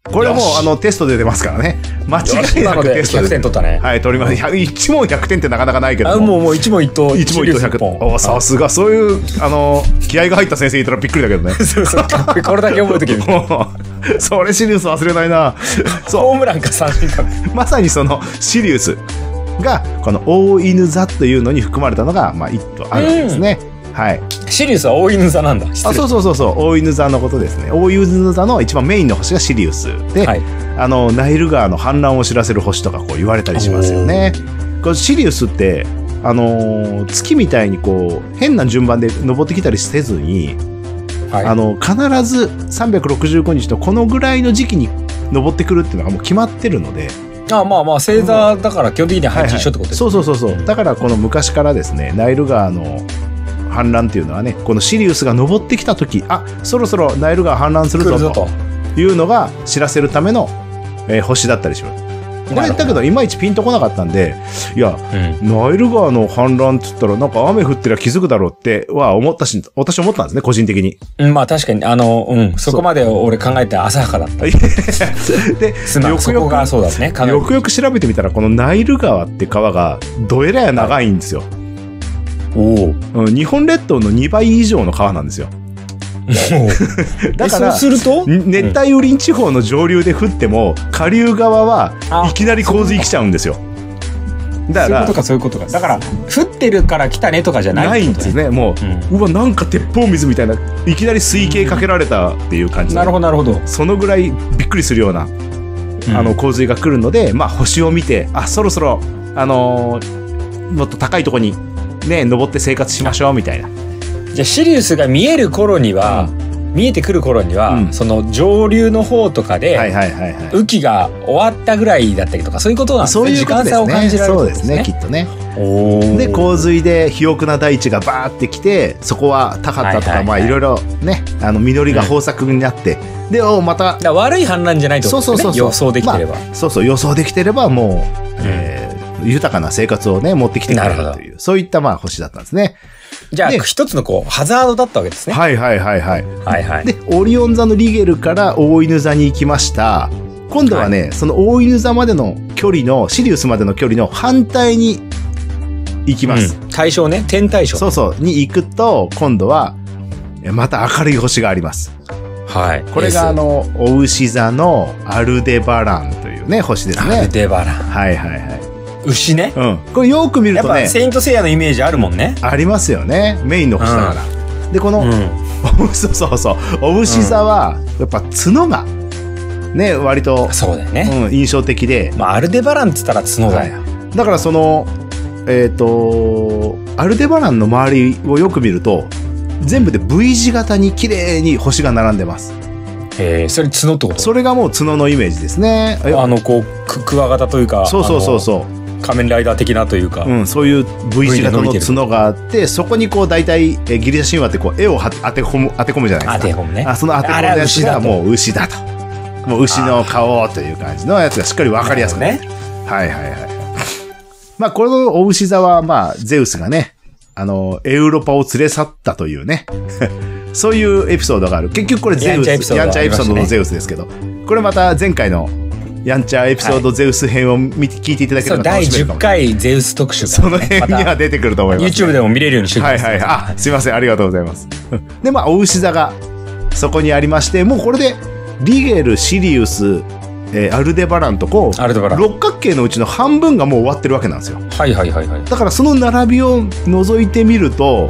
[SPEAKER 1] これはもう
[SPEAKER 2] よし
[SPEAKER 1] あのテストで出ますからね。間
[SPEAKER 2] よし
[SPEAKER 1] 違い
[SPEAKER 2] 今
[SPEAKER 1] な
[SPEAKER 2] の
[SPEAKER 1] く
[SPEAKER 2] で
[SPEAKER 1] テスト
[SPEAKER 2] 100
[SPEAKER 1] で。
[SPEAKER 2] 点取ったね。
[SPEAKER 1] はい、取ります。100一問100点ってなかなかないけど
[SPEAKER 2] あ
[SPEAKER 1] も。
[SPEAKER 2] もう、もう一問一答。
[SPEAKER 1] 一問一答100
[SPEAKER 2] 本。
[SPEAKER 1] おさすが、そういう、あの、気合が入った先生いたらびっくりだけど ね。
[SPEAKER 2] そうそう。 これだけ覚えとける。
[SPEAKER 1] もう、 それシリウス忘れないな。そ
[SPEAKER 2] ホームランか三振か。
[SPEAKER 1] う、まさにそのシリウスが、この大犬座というのに含まれたのが、まあ、一頭あるんですね。はい。
[SPEAKER 2] シリウスは大犬座なんだ。
[SPEAKER 1] あ、そううそうそうそう、大犬座のことですね。大犬座の一番メインの星がシリウスで、
[SPEAKER 2] はい。
[SPEAKER 1] あのナイル川の氾濫を知らせる星とかこう言われたりしますよね。これシリウスってあのー月みたいにこう変な順番で登ってきたりせずに、
[SPEAKER 2] はい。
[SPEAKER 1] あの必ず365日のこのぐらいの時期に登ってくるっていうのがもう決まってるので、
[SPEAKER 2] あまあまあ星座だから基本的には配置一緒ってことです、
[SPEAKER 1] そうそうそうそうだからこの昔からですねナイル川の氾濫っていうのはねこのシリウスが登ってきた時あそろそろナイル川氾濫する
[SPEAKER 2] 来る
[SPEAKER 1] ぞ
[SPEAKER 2] ぞ
[SPEAKER 1] と
[SPEAKER 2] と。
[SPEAKER 1] いうのが知らせるための、えー星だったりします。これだけどいまいちピンとこなかったんでいや
[SPEAKER 2] うん。
[SPEAKER 1] ナイル川の氾濫っつったらなんか雨降ってりゃ気づくだろうっては思ったし私思ったんですね個人的 に。
[SPEAKER 2] うんまあ確かに、あの、うん、そこまで俺考えて浅はかだった。
[SPEAKER 1] です
[SPEAKER 2] ま
[SPEAKER 1] よく
[SPEAKER 2] そ
[SPEAKER 1] よ
[SPEAKER 2] こ
[SPEAKER 1] く
[SPEAKER 2] がそうだね。考え
[SPEAKER 1] よくよく調べてみたらこのナイル川って川がどえらや長いんですよ、
[SPEAKER 2] おお。も
[SPEAKER 1] う
[SPEAKER 2] う
[SPEAKER 1] ん日本列島の2倍以上の川なんですよだか
[SPEAKER 2] え
[SPEAKER 1] ら
[SPEAKER 2] そうすると
[SPEAKER 1] ん熱帯雨林地方の上流で降っても下流側は
[SPEAKER 2] あ
[SPEAKER 1] いきなり洪水来ちゃうんですよだから
[SPEAKER 2] そういうことか、そういうことか。だから、降ってるから来たねとかじゃない。
[SPEAKER 1] ないんです。ねも
[SPEAKER 2] う
[SPEAKER 1] う、うわなんか鉄砲水みたいないきなり水系かけられたっていう感
[SPEAKER 2] ん。
[SPEAKER 1] じ
[SPEAKER 2] なるほど、なるほど。
[SPEAKER 1] そのぐらいびっくりするようなあの洪水が来るので、まあ、星を見てあそろそろ、あのーもっと高いとこに、ね、登って生活しましょうみたいな
[SPEAKER 2] じゃあシリウスが見える頃には、見えてくる頃には、
[SPEAKER 1] うん
[SPEAKER 2] その上流の方とかで、
[SPEAKER 1] はいはいはいはい
[SPEAKER 2] 雨季が終わったぐらいだったりとかそういうことなんです
[SPEAKER 1] そう
[SPEAKER 2] ね
[SPEAKER 1] いうこと
[SPEAKER 2] 時間
[SPEAKER 1] で
[SPEAKER 2] 差
[SPEAKER 1] す
[SPEAKER 2] を感
[SPEAKER 1] ね
[SPEAKER 2] じられる
[SPEAKER 1] そ
[SPEAKER 2] ん
[SPEAKER 1] うですねきっとね
[SPEAKER 2] おー
[SPEAKER 1] で洪水で肥沃な大地がバーってきてそこは高かったとか、
[SPEAKER 2] はいはいはい
[SPEAKER 1] まあいろいろねあの実りが豊作になって、でおまた
[SPEAKER 2] だから悪い氾濫じゃないってことです
[SPEAKER 1] そうそ
[SPEAKER 2] ね
[SPEAKER 1] うそうそう
[SPEAKER 2] 予想できてれば、
[SPEAKER 1] そうそう予想できてればもう、えー豊かな生活をね持ってきてくれ
[SPEAKER 2] なる
[SPEAKER 1] る
[SPEAKER 2] ほ
[SPEAKER 1] というそういったまあ星だったんですね
[SPEAKER 2] じゃあ
[SPEAKER 1] で
[SPEAKER 2] 一つのこうハザードだったわけですね
[SPEAKER 1] はいはいはいはい
[SPEAKER 2] はいはい
[SPEAKER 1] でオリオン座のリゲルから大犬座に行きました今度はね、その大犬座までの距離のシリウスまでの距離の反対に行きます、
[SPEAKER 2] うん対象ね天対象
[SPEAKER 1] そうそうに行くと今度はえまた明るい星があります
[SPEAKER 2] はい
[SPEAKER 1] これがあ
[SPEAKER 2] S
[SPEAKER 1] のお牛座のアルデバランというね星です
[SPEAKER 2] アル
[SPEAKER 1] ね
[SPEAKER 2] デバラン
[SPEAKER 1] はいはいは
[SPEAKER 2] 牛ね
[SPEAKER 1] い、うん、これよく見る
[SPEAKER 2] やっ
[SPEAKER 1] と
[SPEAKER 2] ぱ
[SPEAKER 1] ね
[SPEAKER 2] セイントセイヤのイメージあるもんね
[SPEAKER 1] ありますよねメインの星だから、でこの、
[SPEAKER 2] うん
[SPEAKER 1] そうそうそうお牛座はやっぱ角がね割と
[SPEAKER 2] そうだよね、
[SPEAKER 1] うん、印象的で、
[SPEAKER 2] まあアルデバランっつったら角だよ、
[SPEAKER 1] だからそのえっ、とアルデバランの周りをよく見ると全部で V 字型に綺麗に星が並んでます
[SPEAKER 2] へえそれ角ってこと
[SPEAKER 1] それがもう角のイメージですねえ
[SPEAKER 2] あのこうククワガタというか
[SPEAKER 1] そうそうそう
[SPEAKER 2] う
[SPEAKER 1] そ
[SPEAKER 2] 仮面ライダー的なというか、
[SPEAKER 1] う、うん、そういう V 字型の角があってそこにこう大体えギリシャ神話ってこう絵をは当て込む当て込むじゃない
[SPEAKER 2] ア
[SPEAKER 1] です
[SPEAKER 2] テ
[SPEAKER 1] か
[SPEAKER 2] ホンね
[SPEAKER 1] あその当て込
[SPEAKER 2] あ
[SPEAKER 1] む
[SPEAKER 2] れは
[SPEAKER 1] やつ
[SPEAKER 2] 牛だ
[SPEAKER 1] が
[SPEAKER 2] と
[SPEAKER 1] もう牛だともう牛の顔という感じのやつがしっかり分かりやすく
[SPEAKER 2] ね
[SPEAKER 1] はいはいはい。まあ、このお牛座は、まあ、ゼウスがね、あの、エウロパを連れ去ったというね、 そういうエピソードがある。結局これゼウス、
[SPEAKER 2] やんちゃエピソード
[SPEAKER 1] やんちゃエピソード
[SPEAKER 2] あり
[SPEAKER 1] の
[SPEAKER 2] ましたね
[SPEAKER 1] ゼウスですけど、これまた前回のやんちゃエピソードゼウス編を見て、聞いていただけれ
[SPEAKER 2] そう
[SPEAKER 1] ば
[SPEAKER 2] 第
[SPEAKER 1] 楽しめるか
[SPEAKER 2] 10
[SPEAKER 1] も。
[SPEAKER 2] 回ゼウス特集
[SPEAKER 1] そ
[SPEAKER 2] か
[SPEAKER 1] の
[SPEAKER 2] らね、
[SPEAKER 1] 辺には出てくると思います、
[SPEAKER 2] YouTube でも見れるようにしておき
[SPEAKER 1] は
[SPEAKER 2] ま
[SPEAKER 1] い
[SPEAKER 2] す
[SPEAKER 1] はいはい。あ、すいません。ありがとうございます。 で、まあ、お牛座がそこにありまして、もうこれで、リゲル、シリウス、えーアルデバランとこう、
[SPEAKER 2] アルデバラン
[SPEAKER 1] 六角形のうちの半分がもう終わってるわけなんですよ。
[SPEAKER 2] はいはいはいはい
[SPEAKER 1] だからその並びを除いてみると、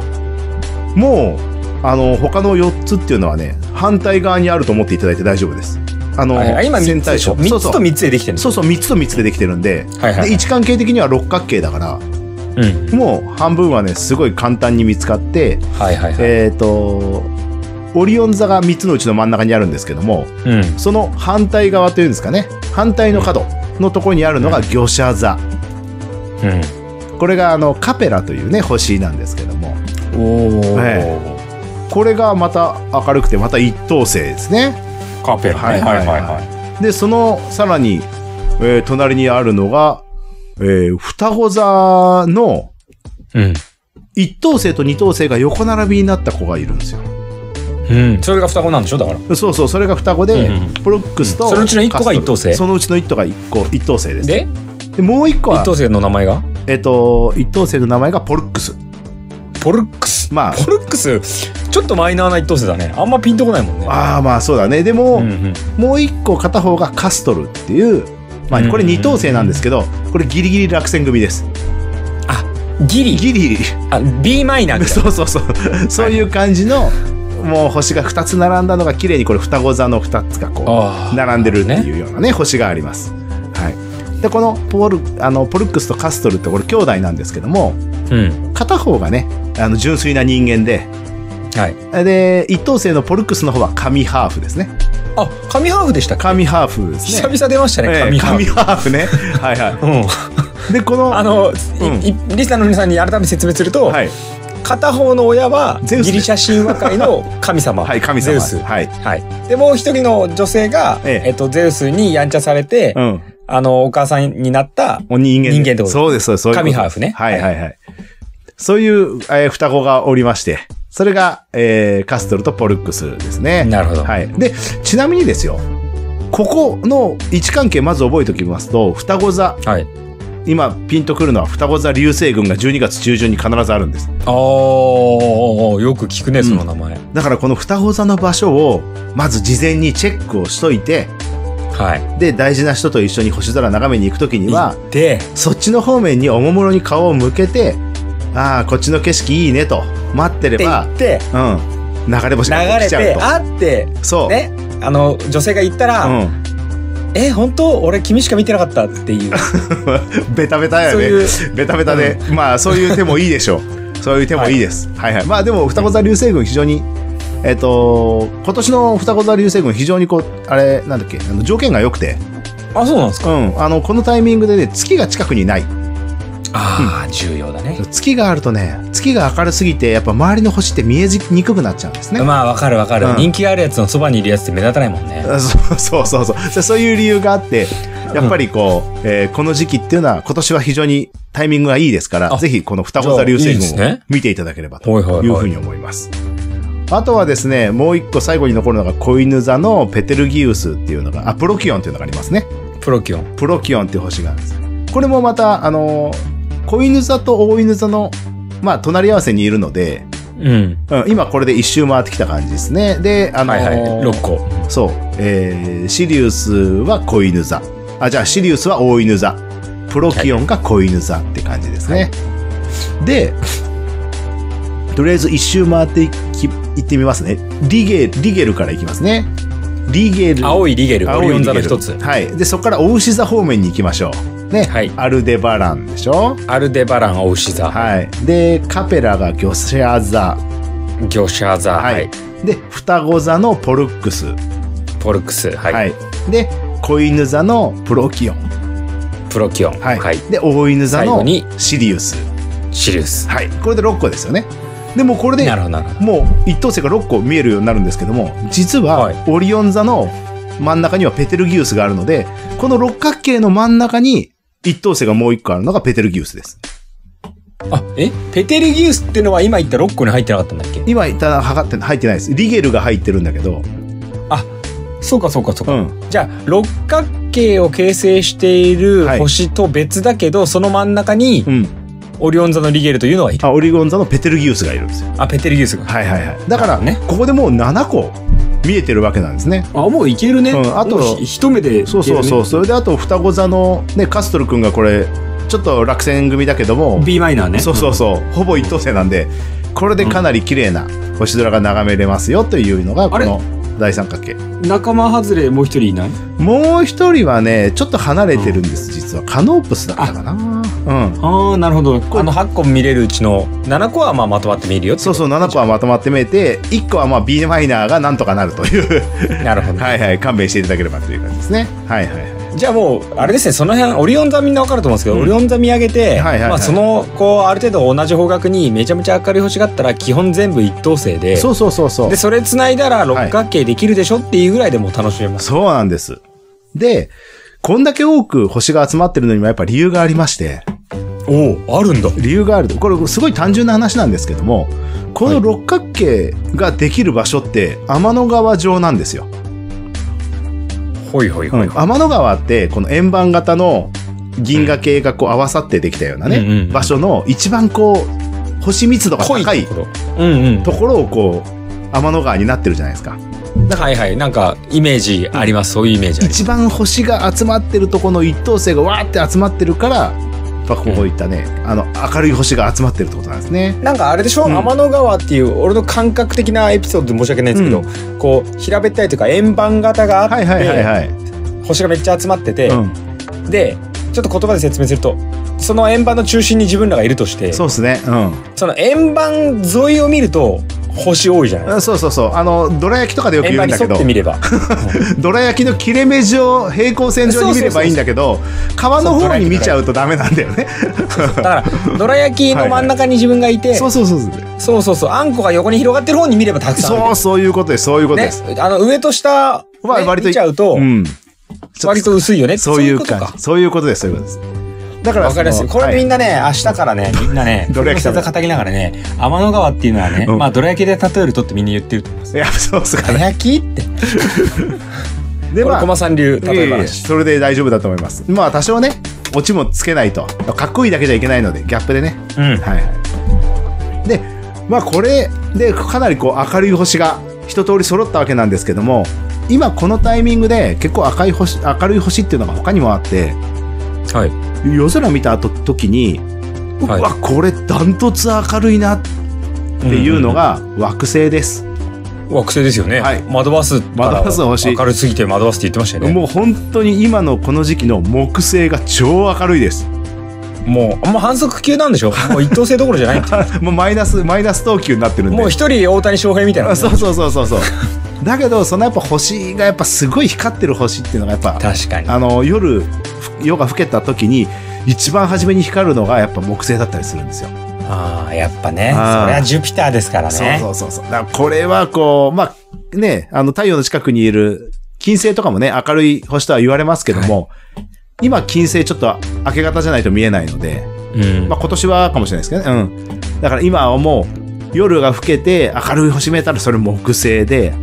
[SPEAKER 1] もう、あの、他の4つっていうのはね、反対側にあると思っていただいて大丈夫です。あの、
[SPEAKER 2] はいはい今3
[SPEAKER 1] 線
[SPEAKER 2] つで
[SPEAKER 1] 対
[SPEAKER 2] しょ
[SPEAKER 1] 称。
[SPEAKER 2] 3
[SPEAKER 1] そう
[SPEAKER 2] つ
[SPEAKER 1] そ
[SPEAKER 2] と
[SPEAKER 1] う。
[SPEAKER 2] 3つでできてるんです
[SPEAKER 1] そうそう、3つと3つでできてるんで、
[SPEAKER 2] はいはい
[SPEAKER 1] で位置関係的には六角形だから、
[SPEAKER 2] うん
[SPEAKER 1] もう半分はね、すごい簡単に見つかって、
[SPEAKER 2] はいはいはい
[SPEAKER 1] えっ、と、オリオン座が3つのうちの真ん中にあるんですけども、
[SPEAKER 2] うん
[SPEAKER 1] その反対側というんですかね、反対の角のところにあるのが魚舎座。これがあのカペラというね、星なんですけども、
[SPEAKER 2] うんおお
[SPEAKER 1] これがまた明るくて、また一等星ですね。
[SPEAKER 2] カーペラねはいはいはいはい
[SPEAKER 1] い。で、そのさらに、えー隣にあるのが、えー双子座の
[SPEAKER 2] うん
[SPEAKER 1] 一等星と二等星が横並びになった子がいるんですよ。
[SPEAKER 2] うん。それが双子なんでしょだから。
[SPEAKER 1] そうそうそれが双子で、
[SPEAKER 2] うんうん
[SPEAKER 1] ポロックスと、
[SPEAKER 2] うんそのうちの一個が一等星
[SPEAKER 1] カストルそのうちの一頭が一個一等星です
[SPEAKER 2] で、
[SPEAKER 1] でもう一個
[SPEAKER 2] 一
[SPEAKER 1] は
[SPEAKER 2] 等星の名前が
[SPEAKER 1] えっと一等星の名前がポルックス
[SPEAKER 2] ポルックス。
[SPEAKER 1] まあ
[SPEAKER 2] ポルックス、ちょっとマイナーな一等星だね。あんまピンとこないもんね。
[SPEAKER 1] ああまあそうだねでも、
[SPEAKER 2] うんうん。
[SPEAKER 1] もう一個片方がカストルっていう、まあ、これ二等星なんですけど、これギリギリ落選組です
[SPEAKER 2] あ、ギリ。
[SPEAKER 1] ギリギ
[SPEAKER 2] あ、B マイナーみ
[SPEAKER 1] リ
[SPEAKER 2] たい
[SPEAKER 1] そ
[SPEAKER 2] な。
[SPEAKER 1] うそうそうそういう感じの、もう星が2つ並んだのが綺麗にこれ双子座の2つがこ
[SPEAKER 2] あ
[SPEAKER 1] う
[SPEAKER 2] ー
[SPEAKER 1] 並んでるっていうようなね星があります、はい、でこのポルあのポルックスとカストルってこれ兄弟なんですけども
[SPEAKER 2] うん。
[SPEAKER 1] 片方がねあの純粋な人間で
[SPEAKER 2] はい。
[SPEAKER 1] で一等星のポルックスの方は神ハーフですね
[SPEAKER 2] あ、紙ハーフでしたっけ
[SPEAKER 1] 神ハーフです
[SPEAKER 2] 久
[SPEAKER 1] ね
[SPEAKER 2] 々出ましたね、
[SPEAKER 1] ええ
[SPEAKER 2] 紙ハー
[SPEAKER 1] 神
[SPEAKER 2] フ。
[SPEAKER 1] ハーフねはいは
[SPEAKER 2] うん。
[SPEAKER 1] いでこの
[SPEAKER 2] あの、
[SPEAKER 1] うん
[SPEAKER 2] いいリスナーの皆さんに改めて説明すると、
[SPEAKER 1] はい、
[SPEAKER 2] 片方の親は
[SPEAKER 1] ゼウス
[SPEAKER 2] ギリシャ神話界の神様、
[SPEAKER 1] はい、神様
[SPEAKER 2] ゼウス。
[SPEAKER 1] はい、
[SPEAKER 2] はい。で、もう一人の女性が、
[SPEAKER 1] え
[SPEAKER 2] え
[SPEAKER 1] え
[SPEAKER 2] っと、ゼウスにやんちゃされて、
[SPEAKER 1] うん、
[SPEAKER 2] あの、お母さんになった、
[SPEAKER 1] お人間
[SPEAKER 2] 人間ってこと
[SPEAKER 1] そうですそうですそういうこと
[SPEAKER 2] 神ハーフね
[SPEAKER 1] はいはいはいそういう、えー双子がおりましてそれが、えーカストルとポルックスですね
[SPEAKER 2] なるほど
[SPEAKER 1] はい、でちなみにですよここの位置関係まず覚えておきますと双子座
[SPEAKER 2] はい。
[SPEAKER 1] 今ピンとくるのは双子座流星群が12月中旬に必ずあるんです
[SPEAKER 2] あー、よく聞くね、その名前。
[SPEAKER 1] だからこの双子座の場所をまず事前にチェックをしといて
[SPEAKER 2] は
[SPEAKER 1] で大事な人と一緒に星空眺めに行くとき
[SPEAKER 2] い。
[SPEAKER 1] には
[SPEAKER 2] 行って、
[SPEAKER 1] そっちの方面におもむろに顔を向けて、ああ、こっちの景色いいねと待ってれ
[SPEAKER 2] って言
[SPEAKER 1] ば
[SPEAKER 2] っ、て、
[SPEAKER 1] うん、流れ星
[SPEAKER 2] 流
[SPEAKER 1] が来
[SPEAKER 2] れ
[SPEAKER 1] ちゃう
[SPEAKER 2] て、
[SPEAKER 1] と。
[SPEAKER 2] 会って、
[SPEAKER 1] そう。
[SPEAKER 2] ね、あの、女性が言ったら、
[SPEAKER 1] う
[SPEAKER 2] え、本当俺君しか見てなかったって いう、
[SPEAKER 1] ん。ベタベタや
[SPEAKER 2] そう
[SPEAKER 1] ね。
[SPEAKER 2] いう、
[SPEAKER 1] ベタベタで、まあそういう手もいいでしょ う。そういう手もいいです。はい、はい、まあでも双子座流星群非常に、えっ、と、今年の双子座流星群非常にこう、あれ、なんだっけ、あの条件が良くて、
[SPEAKER 2] あ、そうなんですか
[SPEAKER 1] うん、あの、このタイミングでね、月が近くにない。
[SPEAKER 2] ああ、重要だね。
[SPEAKER 1] 月があるとね、月が明るすぎて、やっぱ周りの星って見えにくくなっちゃうんですね。
[SPEAKER 2] まあわかるわかる、
[SPEAKER 1] うん
[SPEAKER 2] 人気あるやつのそばにいるやつって目立たないもんね
[SPEAKER 1] あそうそうそうそうでそういう理由があってやっぱりこう、えーこの時期っていうのは今年は非常にタイミングがいいですから
[SPEAKER 2] あ
[SPEAKER 1] ぜひこの双子座流星
[SPEAKER 2] じゃあいいで
[SPEAKER 1] 群
[SPEAKER 2] す
[SPEAKER 1] を
[SPEAKER 2] ね
[SPEAKER 1] 見ていただければと
[SPEAKER 2] はいはいはい
[SPEAKER 1] いうふうに思います。あとはですね、もう一個最後に残るのが、子犬座のペテルギウスっていうのが、あ、プロキオンっていうのがありますね。
[SPEAKER 2] プロキオン
[SPEAKER 1] プロキオンっていう星があるんです。これもまた、あのー、子犬座と大犬座の、まあ、隣り合わせにいるので、
[SPEAKER 2] うん
[SPEAKER 1] うん、今これで一周回ってきた感じですね。で、あのー
[SPEAKER 2] はいはい六個
[SPEAKER 1] そう、えーシリウスは子犬座。あ、じゃあシリウスは大犬座。プロキオンが子犬座って感じですね。で、とりあえず一周回っていき行ってみますね。リゲル、リゲルから行きますね。リゲル。
[SPEAKER 2] 青いリゲルオ
[SPEAKER 1] 青い
[SPEAKER 2] リ
[SPEAKER 1] リゲ
[SPEAKER 2] オン
[SPEAKER 1] ル
[SPEAKER 2] 座の一つ
[SPEAKER 1] はい。で、そこからお牛座方面に行きましょう。ね。
[SPEAKER 2] はい
[SPEAKER 1] アルデバランでしょ
[SPEAKER 2] アルデバランオウシ座、
[SPEAKER 1] はい。で、カペラが魚シャ座。
[SPEAKER 2] ギョシャ座、
[SPEAKER 1] は
[SPEAKER 2] はい
[SPEAKER 1] い。で、双子座のポルックス。
[SPEAKER 2] ポルクス、はい
[SPEAKER 1] はい。で、子犬座のプロキオン。
[SPEAKER 2] プロキオン、
[SPEAKER 1] は。
[SPEAKER 2] はいい
[SPEAKER 1] で、大犬座
[SPEAKER 2] 最
[SPEAKER 1] の
[SPEAKER 2] 後に
[SPEAKER 1] シリウス。
[SPEAKER 2] シリウス、
[SPEAKER 1] はい。これで6個ですよね。でもうこれで
[SPEAKER 2] な、るほどなるほ
[SPEAKER 1] もう一等星が6個見えるようになるんですけども、実
[SPEAKER 2] は
[SPEAKER 1] はいオリオン座の真ん中にはペテルギウスがあるので、この六角形の真ん中に一等星がもう一個あるのがペテルギウスです。
[SPEAKER 2] どあえペテルギウスってのは今言った6個に入ってなかったんだっけ
[SPEAKER 1] 今、いった測って、入ってないです。リゲルが入ってるんだけど、
[SPEAKER 2] そうかそうかそう
[SPEAKER 1] う
[SPEAKER 2] か、
[SPEAKER 1] ん。
[SPEAKER 2] じゃあ六角形を形成している
[SPEAKER 1] はい
[SPEAKER 2] 星と別だけど、その真ん中に
[SPEAKER 1] うん。
[SPEAKER 2] オリオン座のリゲルというのはいる
[SPEAKER 1] あ、オリゴン座のペテルギウスがいるんですよ。
[SPEAKER 2] あペテルギウスが
[SPEAKER 1] はいはいはい。だから、
[SPEAKER 2] ね
[SPEAKER 1] ここでもう7個見えてるわけなんですね。
[SPEAKER 2] あもういけるね
[SPEAKER 1] うんあと
[SPEAKER 2] もうひ一目でいけるね
[SPEAKER 1] そうそうそう。それであと双子座のね、カストル君がこれ、ちょっと落選組だけども、
[SPEAKER 2] B マイナーね
[SPEAKER 1] そうそうそう、ほぼ一等星なんで、これでかなり綺麗な星空が眺めれますよというのが、こ
[SPEAKER 3] あれ
[SPEAKER 1] の大三角形。
[SPEAKER 3] 仲間外れもう一人いない
[SPEAKER 1] もう一人はね、ちょっと離れてるんです、実は。カノープスだったかな。うん。
[SPEAKER 3] ああなるほど
[SPEAKER 2] あの8個見れるうちの7個はまあまとまって見るよって
[SPEAKER 1] そうそう、7個はまとまって見えて、1個はまあ B マイナーがなんとか なるという、
[SPEAKER 2] なるほど、
[SPEAKER 1] はいはい、勘弁していただければという感じですね。はいはいはい。
[SPEAKER 2] じゃあもうあれですねその辺オリオン座みんなわかると思うんですけど、
[SPEAKER 1] うん
[SPEAKER 2] オリオン座見上げて、
[SPEAKER 1] はいはいはい
[SPEAKER 2] まあ、そのこうある程度同じ方角にめちゃめちゃ明るい星があったら基本全部一等星で
[SPEAKER 1] そうそうそうそう
[SPEAKER 2] で。それつないだら六角形できるでしょっていうぐらいでもう楽しめます、
[SPEAKER 1] そうなんです。で、こんだけ多く星が集まってるのにもやっぱ理由がありまして、
[SPEAKER 2] おおあるんだ
[SPEAKER 1] 理由があると、これすごい単純な話なんですけども、この六角形ができる場所って天の川上なんですよ。
[SPEAKER 2] ほいほいほいほい。
[SPEAKER 1] 天の川ってこの円盤型の銀河系がこう合わさってできたようなね、
[SPEAKER 2] うんうんうん
[SPEAKER 1] 場所の一番こう星密度が
[SPEAKER 2] 濃い
[SPEAKER 1] 高い
[SPEAKER 2] ところ。うんうん。
[SPEAKER 1] ところをこう天の川になってるじゃないですか。
[SPEAKER 2] はいはい。なんか、イメージあります。そういうイメージあります。
[SPEAKER 1] 一番星が集まってるとこの一等星がわーって集まってるからやっぱこういったね、あの明るい星が集まってるってことなんですね。
[SPEAKER 2] なんかあれでしょ、
[SPEAKER 1] うん
[SPEAKER 2] 天の川っていう俺の感覚的なエピソードで申し訳ないんですけど、こう平べったいというか円盤型があって、
[SPEAKER 1] はいはいはいはい。
[SPEAKER 2] 星がめっちゃ集まってて、
[SPEAKER 1] うん、
[SPEAKER 2] でちょっと言葉で説明するとその円盤の中心に自分らがいるとして
[SPEAKER 1] そう
[SPEAKER 2] そ
[SPEAKER 1] ですね。うん。
[SPEAKER 2] の円盤沿いを見ると星多いじゃない
[SPEAKER 1] うんそうそうそう。あの、どら焼きとかでよく
[SPEAKER 2] 円
[SPEAKER 1] 言う
[SPEAKER 2] 盤
[SPEAKER 1] ん
[SPEAKER 2] に
[SPEAKER 1] だけ
[SPEAKER 2] 沿っ
[SPEAKER 1] ど
[SPEAKER 2] て、見れば
[SPEAKER 1] どら焼きの切れ目上、平行線上に見ればいいんだけど、川の方に見ちゃうとダメなんだよね。
[SPEAKER 2] だからどら焼きの真ん中に自分がいて、
[SPEAKER 1] そうそうそうそう。
[SPEAKER 2] そうそうそうあんこが横に広がってる方に見ればたくさん
[SPEAKER 1] そう、そういうことです。そういうこと
[SPEAKER 2] ね
[SPEAKER 1] です。、
[SPEAKER 2] あの上と下、ね、
[SPEAKER 1] は割と
[SPEAKER 2] 見ちゃうと、
[SPEAKER 1] うん。
[SPEAKER 2] 割と薄いよね
[SPEAKER 1] そういう
[SPEAKER 2] こと
[SPEAKER 1] 感
[SPEAKER 2] か
[SPEAKER 1] じ。そういうことです。そういうことです。だから、
[SPEAKER 2] わかりやすい。
[SPEAKER 1] その
[SPEAKER 2] これみん
[SPEAKER 1] は
[SPEAKER 2] なね、明日からね、みんなね、
[SPEAKER 1] どら焼き食べる
[SPEAKER 2] この語りながらね、天の川っていうのはね、
[SPEAKER 1] うん
[SPEAKER 2] まあ、どら焼きで例えるとってみんな言ってると思います。
[SPEAKER 1] いいや、そうっすか
[SPEAKER 2] どら
[SPEAKER 1] ね。
[SPEAKER 2] 焼きって。こ
[SPEAKER 1] で、
[SPEAKER 2] れ、
[SPEAKER 1] まあ、
[SPEAKER 2] 駒さん流、
[SPEAKER 1] いえ
[SPEAKER 2] 例え
[SPEAKER 1] いえ
[SPEAKER 2] 話。
[SPEAKER 1] それで大丈夫だと思います。まあ、多少ね、オチもつけないと。かっこいいだけじゃいけないので、ギャップでね。
[SPEAKER 2] うん。
[SPEAKER 1] はいはい。で、まあこれでかなりこう明るい星が一通り揃ったわけなんですけども、今このタイミングで結構赤い星、明るい星っていうのが他にもあって、
[SPEAKER 2] はい。
[SPEAKER 1] 夜空見た後時に、う
[SPEAKER 2] はい
[SPEAKER 1] わ、これダントツ明るいなって
[SPEAKER 2] って
[SPEAKER 1] いうの、が惑星です。
[SPEAKER 2] 惑星ですよね。
[SPEAKER 1] はい
[SPEAKER 2] 惑わす。
[SPEAKER 1] 惑わす星
[SPEAKER 2] 明るすぎて惑わすって言ってましたよね。も
[SPEAKER 1] もう本当に今のこの時期の木星が超明るいです。
[SPEAKER 2] う、もう、もう反則級なんでしょもう一等星どころじゃない って。
[SPEAKER 1] もうマイナス、マイナス等級になってるんで。
[SPEAKER 2] もう一人大谷翔平みたいなもん
[SPEAKER 1] あ
[SPEAKER 2] ね。
[SPEAKER 1] そうそうそうそうそう。だけど、そのやっぱ星がやっぱすごい光ってる星っていうのがやっぱ
[SPEAKER 2] 確かに。
[SPEAKER 1] あの夜ふ夜が更けた時に一番初めに光るのがやっぱ木星だったりするんですよ。
[SPEAKER 2] ああ、やっぱね。それ
[SPEAKER 1] あー
[SPEAKER 2] はジュピターですから
[SPEAKER 1] そう
[SPEAKER 2] ね。
[SPEAKER 1] そうそうそう。だからこれはこうまあねあの太陽の近くにいる金星とかもね明るい星とは言われますけども、今金星ちょっと明け方じゃないと見えないので、
[SPEAKER 2] うん
[SPEAKER 1] まあ、今年はかもしれないですけどね。うん。だから今はもう夜が更けて明るい星見えたらそれ木星で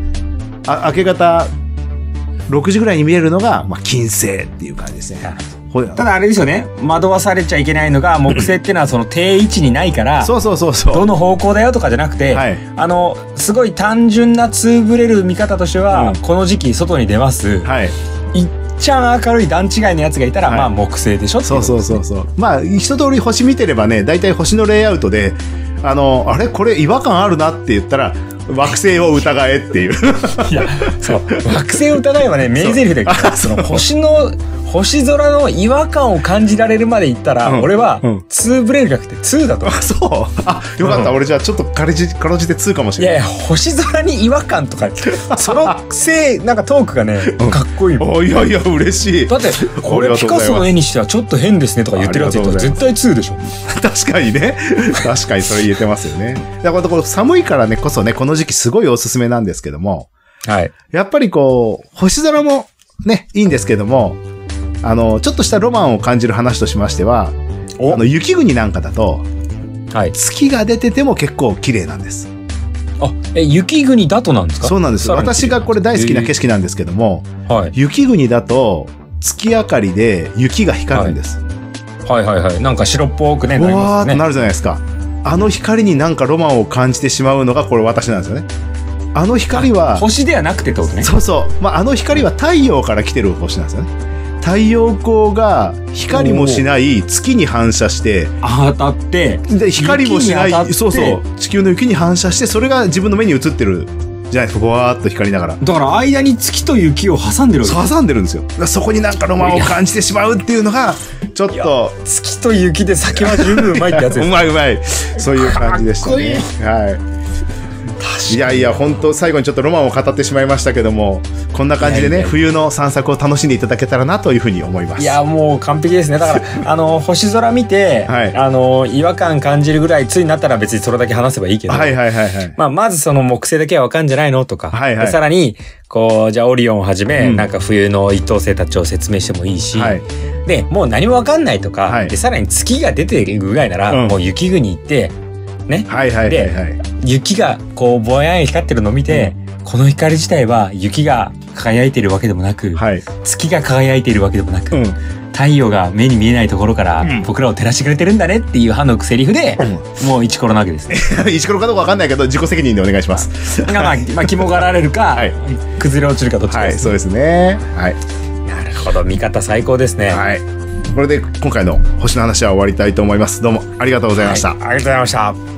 [SPEAKER 1] あ明け方6時ぐらいに見えるのが、まあ、金星っていう感じですね。ほ
[SPEAKER 3] ただあれですよね惑わされちゃいけないのが木星っていうのはその定位置にないから
[SPEAKER 1] そうそうそうそう。
[SPEAKER 3] どの方向だよとかじゃなくて、
[SPEAKER 1] はい。
[SPEAKER 3] あのすごい単純なつぶれる見方としては、
[SPEAKER 1] うん
[SPEAKER 3] この時期外に出ます、
[SPEAKER 1] はい。
[SPEAKER 3] い、っちゃん明るい段違いのやつがいたら、
[SPEAKER 1] はい
[SPEAKER 3] まあ木星でしょってい
[SPEAKER 1] そうそうそうそう。まあ、一通り星見てればね、大体星のレイアウトで、あの、あれこれ違和感あるなって言ったら、惑星を疑え っていう。
[SPEAKER 3] いやそう惑星を疑えばね名台詞だけどその星の星空の違和感を感じられるまでいったら、
[SPEAKER 1] うん
[SPEAKER 3] 俺は
[SPEAKER 1] うん
[SPEAKER 3] 2ブレるじゃなくて2だと思う
[SPEAKER 1] そう。あ、よかった。俺じゃあちょっとかれじ、かろうじて2かもし
[SPEAKER 3] い
[SPEAKER 1] れ
[SPEAKER 3] やい
[SPEAKER 1] ない。
[SPEAKER 3] や星空に違和感とかそのせいなんかトークがね
[SPEAKER 1] うん
[SPEAKER 3] かっこい いもん
[SPEAKER 1] おいやいや、嬉しい。
[SPEAKER 3] だってこれピカソの絵にしてはちょっと変ですねとか言ってるやついたら絶対2でしょ
[SPEAKER 1] 確かにね。確かにそれ言えてますよね。だからこれ寒いからね、こそね、この時期すごいおすすめなんですけども、
[SPEAKER 2] はい。
[SPEAKER 1] やっぱりこう、星空もね、いいんですけども、あの、ちょっとしたロマンを感じる話としましては、
[SPEAKER 2] お
[SPEAKER 1] あの、雪国なんかだと、
[SPEAKER 2] はい。
[SPEAKER 1] 月が出てても結構綺麗なんです。
[SPEAKER 2] あ、え、雪国だとなんですか
[SPEAKER 1] そうなんです。
[SPEAKER 2] さらに
[SPEAKER 1] 私がこれ大好きな景色なんですけども、
[SPEAKER 2] はい。
[SPEAKER 1] 雪国だと月明かりで雪が光るんです。
[SPEAKER 2] はいはいはい。なんか白っぽくね、なり
[SPEAKER 1] わー
[SPEAKER 2] ま
[SPEAKER 1] っ
[SPEAKER 2] す
[SPEAKER 1] と
[SPEAKER 2] ね。
[SPEAKER 1] なるじゃないですか。あの光になんかロマンを感じてしまうのがこれ私なんですよね。あの光は、
[SPEAKER 3] 星ではなくてってことね
[SPEAKER 1] そうそう、まあ、あの光は太陽から来てる星なんですよね。太陽光が光もしない月に反射して、
[SPEAKER 3] 当たって
[SPEAKER 1] で光もしな
[SPEAKER 3] 雪に当たっ
[SPEAKER 1] い
[SPEAKER 3] て
[SPEAKER 1] そうそう地球の雪に反射してそれが自分の目に映ってるじゃないですかぼわーっと光りながら
[SPEAKER 3] だから間に月と雪を挟んでるわけ
[SPEAKER 1] 挟んでるんですよだからそこになんかロマンを感じてしまうっていうのがちょっと
[SPEAKER 2] 月と雪で酒は十分うまいってやつで
[SPEAKER 1] う
[SPEAKER 2] す。
[SPEAKER 1] ま いうまいそういう感じでしたねはいいやいや本当最後にちょっとロマンを語ってしまいましたけどもこんな感じでね
[SPEAKER 2] いやいや
[SPEAKER 1] 冬の散策を楽しんでいただけたらなというふうに思います
[SPEAKER 2] いやもう完璧ですねだから あの星空見て、
[SPEAKER 1] はい
[SPEAKER 2] あの違和感感じるぐらいついになったら別にそれだけ話せばいいけど、
[SPEAKER 1] はいはいはいはい
[SPEAKER 2] まあ、まずその木星だけはわかんじゃないのとか、
[SPEAKER 1] はいはい
[SPEAKER 2] でさらにこうじゃあオリオンをはじめ、
[SPEAKER 1] うん
[SPEAKER 2] なんか冬の一等星たちを説明してもいいし、
[SPEAKER 1] はい
[SPEAKER 2] でもう何もわかんないとか、
[SPEAKER 1] はい
[SPEAKER 2] でさらに月が出てるぐらいなら、
[SPEAKER 1] うん
[SPEAKER 2] もう雪国行ってね
[SPEAKER 1] はいはいはいはい
[SPEAKER 2] 雪がこうぼやんや光ってるのを見て、この光自体は雪が輝いてるわけでもなく、
[SPEAKER 1] はい。
[SPEAKER 2] 月が輝いているわけでもなく、
[SPEAKER 1] うん。
[SPEAKER 2] 太陽が目に見えないところから
[SPEAKER 1] うん
[SPEAKER 2] 僕らを照らしてくれてるんだねっていう歯のセリフで、もうイチコロなわ けですね。
[SPEAKER 1] 石ころかどうかわかんないけど、自己責任でお願いします。
[SPEAKER 2] がまあ、まあ、肝がられるか、
[SPEAKER 1] はい
[SPEAKER 2] 崩れ落ちるかどっちか
[SPEAKER 1] はい、
[SPEAKER 2] です
[SPEAKER 1] そ
[SPEAKER 2] ね、
[SPEAKER 1] うですね。はい。
[SPEAKER 4] なるほど、見方最高ですね。
[SPEAKER 1] はい。これで今回の星の話は終わりたいと思います。どうもありがとうございました。
[SPEAKER 4] ありがとうございました。